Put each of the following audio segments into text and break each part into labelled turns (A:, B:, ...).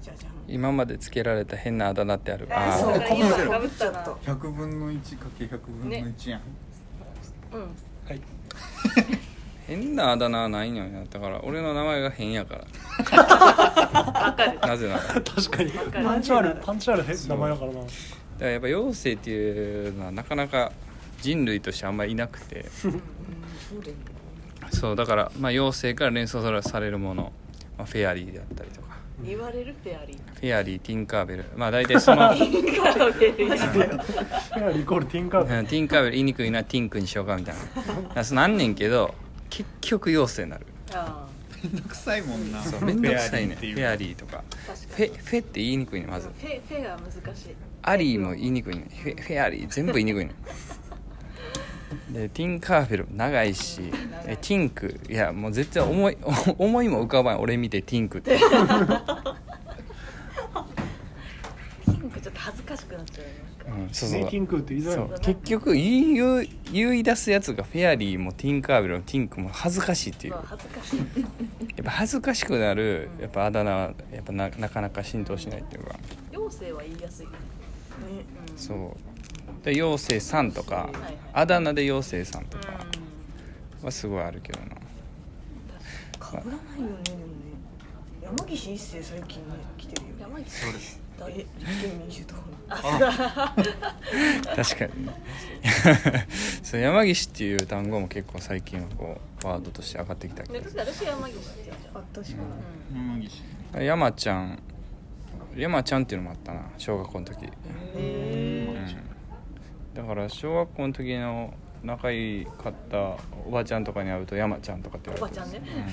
A: じゃじゃん
B: 今までつけられた変なあだ名ってある
A: あ
B: あ
A: そう
B: ー
A: か
C: こんなの出る
A: 今かぶったな
C: ちょっ
D: 100分の 1×100 分の1やん、
A: うん
D: はい
B: 変なあだ名はないのよなだから俺の名前が変やか
A: わかる
B: らなぜならだか
C: 確かに
A: わかる
C: パンチあるパンチある名前だからな
B: らやっぱ妖精っていうのはなかなか人類としてあんまりいなくて
A: そうだよね
B: そうだから、まあ、妖精から連想されるもの、まあ、フェアリーだったりとか
A: 言われるフェアリー
B: フェアリーティンカーベルまあ大体そ のうん
A: ティンカーベル
C: フェアリーイコールティンカー
B: テ
C: ベル
B: ィンカーベル言いにくいなティンクにしようかみたい なそうなんねんけど結局妖精になる
A: あ
D: めんどくさいもんな
B: そうめんどくさいねフ
D: フェア
B: ェアリー
D: リーっていう
B: とか
A: ー確か
B: フ
A: に
B: ェフェって言いにくいねまず
A: フェフェは難しい
B: アリーも言いにくいねフェフェアリー全部言いにくいねでティンカーベル長いしえティンクいやもう絶対思い 思いも浮かばん俺見てティンクって
A: ピンクちょっと恥ずかしくなっちゃうよなんか
B: うんそうそう
C: ねティンクーって言いづらい
B: そ
C: もん
B: う結局言い言う言い出すやつがフェアリーもティンカーベルもティンクも恥ずかしいっていう
A: ま
B: や
A: あ恥ずかしい
B: っぱ恥ずかしくなるやっぱあだ名はやっぱななかなか浸透しないっていうか
A: 妖精は言いやすいねうん
B: そうで妖精さんとか
A: はいはい
B: あだ名で妖精さんと
A: うん
B: かはすごいあるけどな
E: かぶらないよねでもね山岸一生最近ね来てるよね
A: やばいです
D: そうです
E: 大立憲民主党の
B: 確かにね そう山岸っていう単語も結構最近はこうワードとして上がってきたけ
A: ね
B: ど
A: 確かに私山岸って言うじゃん
E: あ確かに
D: 山岸
B: 山ちゃん山ちゃんっていうのもあったな小学校の時、
A: へ
B: うん、だから小学校の時の仲良かったおばちゃんとかに会うと山ちゃんとかって
A: お
B: 言わ
A: ば
B: れ
A: ち
B: て
A: ゃ
B: る
A: んね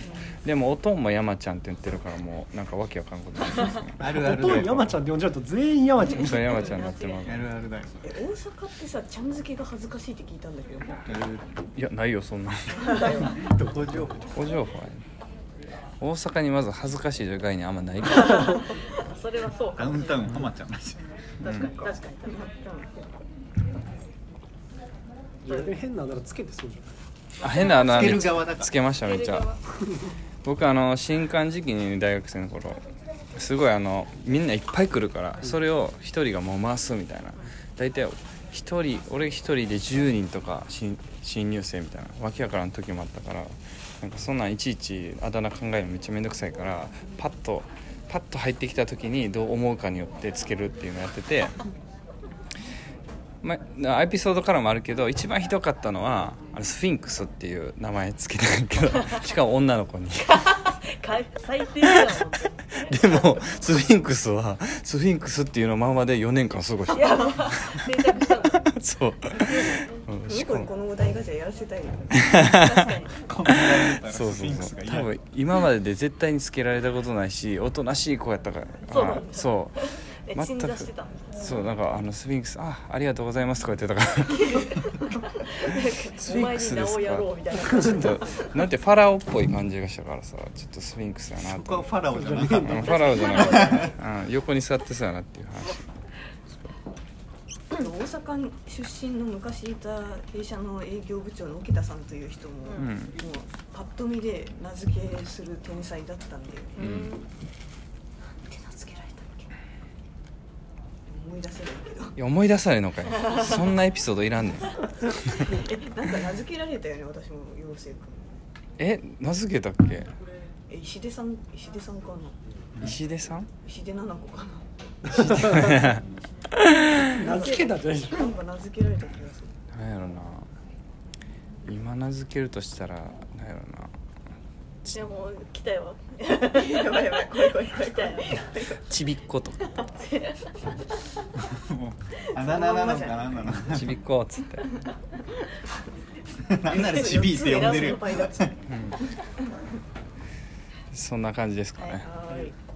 B: でもおとんも山ちゃんって言ってるからもうなんかわけわかんことになって
D: あるあ
C: お
D: る
C: とん山ちゃんって呼んじゃうと全員山 ちゃん
B: るそう山ちゃんになってもらう
D: あるあるだよ
E: え大阪ってさちゃん付けが恥ずかしいって聞いたんだけど
D: あるあ
B: いやないよそんな
D: るどこ情報
B: お情報ある大阪にまず恥ずかしいという概念あんまないから
A: うんそれはそう
D: ダ
A: か
D: ウ
A: も
D: ン
A: しれ
D: タ
A: な
D: ウ
A: い
D: ン浜ちゃんらしい
A: 確かに確かに確か
C: 変なあだ名つけてそうじゃ
B: あ変なあだ
D: つけ
B: 名
D: る側だから
B: つけました
A: に
B: めっちゃ僕あの新刊時期に大学生の頃すごいあのみんないっぱい来るからそれを一人がもう回すみたいな大体一人俺一人で10人とか新新入生みたいなわけやからの時もあったからなんかそんなんいちいちあだ名考えるのめっちゃめんどくさいからパッとパッと入ってきた時にどう思うかによってつけるっていうのやってて。まあ、エピソードからもあるけど一番ひどかったのはあのスフィンクスっていう名前つけたんや けどしかも女の子に
A: か最低だもん
B: でもスフィンクスはスフィンクスっていうのままで4年間過ごし
A: い
B: た
A: やまあ定着したもん
B: そう、うん、し
E: ニ
B: か
E: コニ
B: も
E: コのお題ガチャやらせたいよね
A: 確かに
D: こんなやったら
B: そう
D: スフ
B: そう
D: ィンクス
B: そ
D: が
B: う
D: 嫌
B: 多分今までで絶対につけられたことないしおとなしい子やったから
A: そうなんだ
B: あそう
A: え
B: 全
A: 鎮
B: く
A: 座してた
B: そうなんかあのスフィンクスあありがとうございますとか言ってたから ス
A: お
B: フィン
A: 前
B: クス
A: に
B: で
A: 名
B: す
A: をや
B: か
A: ろうみたいな
B: ちょっとなんてファラオっぽい感じがしたからさちょっとスフィンクスやな
D: そ
B: と
D: こはファラオじゃなか
B: あ
D: っ
B: のフ
D: た
B: ァラオじゃない、うん、横に座ってそうやなっていう
E: 大阪出身の昔いた弊社の営業部長の沖田さんという人も、
B: 話、うん
E: もうパッと見で名付けする天才だったんだよね
A: う
B: うん
A: ん
E: って名付けられたっけ思い出せないけど
B: いや思い出されるのかよそんなエピソードいらんねん
E: えなんか名付けられたよね私も陽生君
B: え名付けたっけ
E: え石出さん石出さんかな
B: 石出さん
E: 石出七子かなん
C: 名付けたんじゃないじゃん
E: なんか名付けられた気がする
B: なんやろな今名付けるとしたらなんやろない
A: やもう来たよ
E: やばいやばい怖い怖い怖い
A: 来たよ
B: ちびっ子とか
D: もうあなななのかなんなのか
B: ちびっ子っつって、
D: なんならチビーって呼んでるよ
E: 四つの偉い先輩だっちゃう
B: そんな感じですかね
E: はい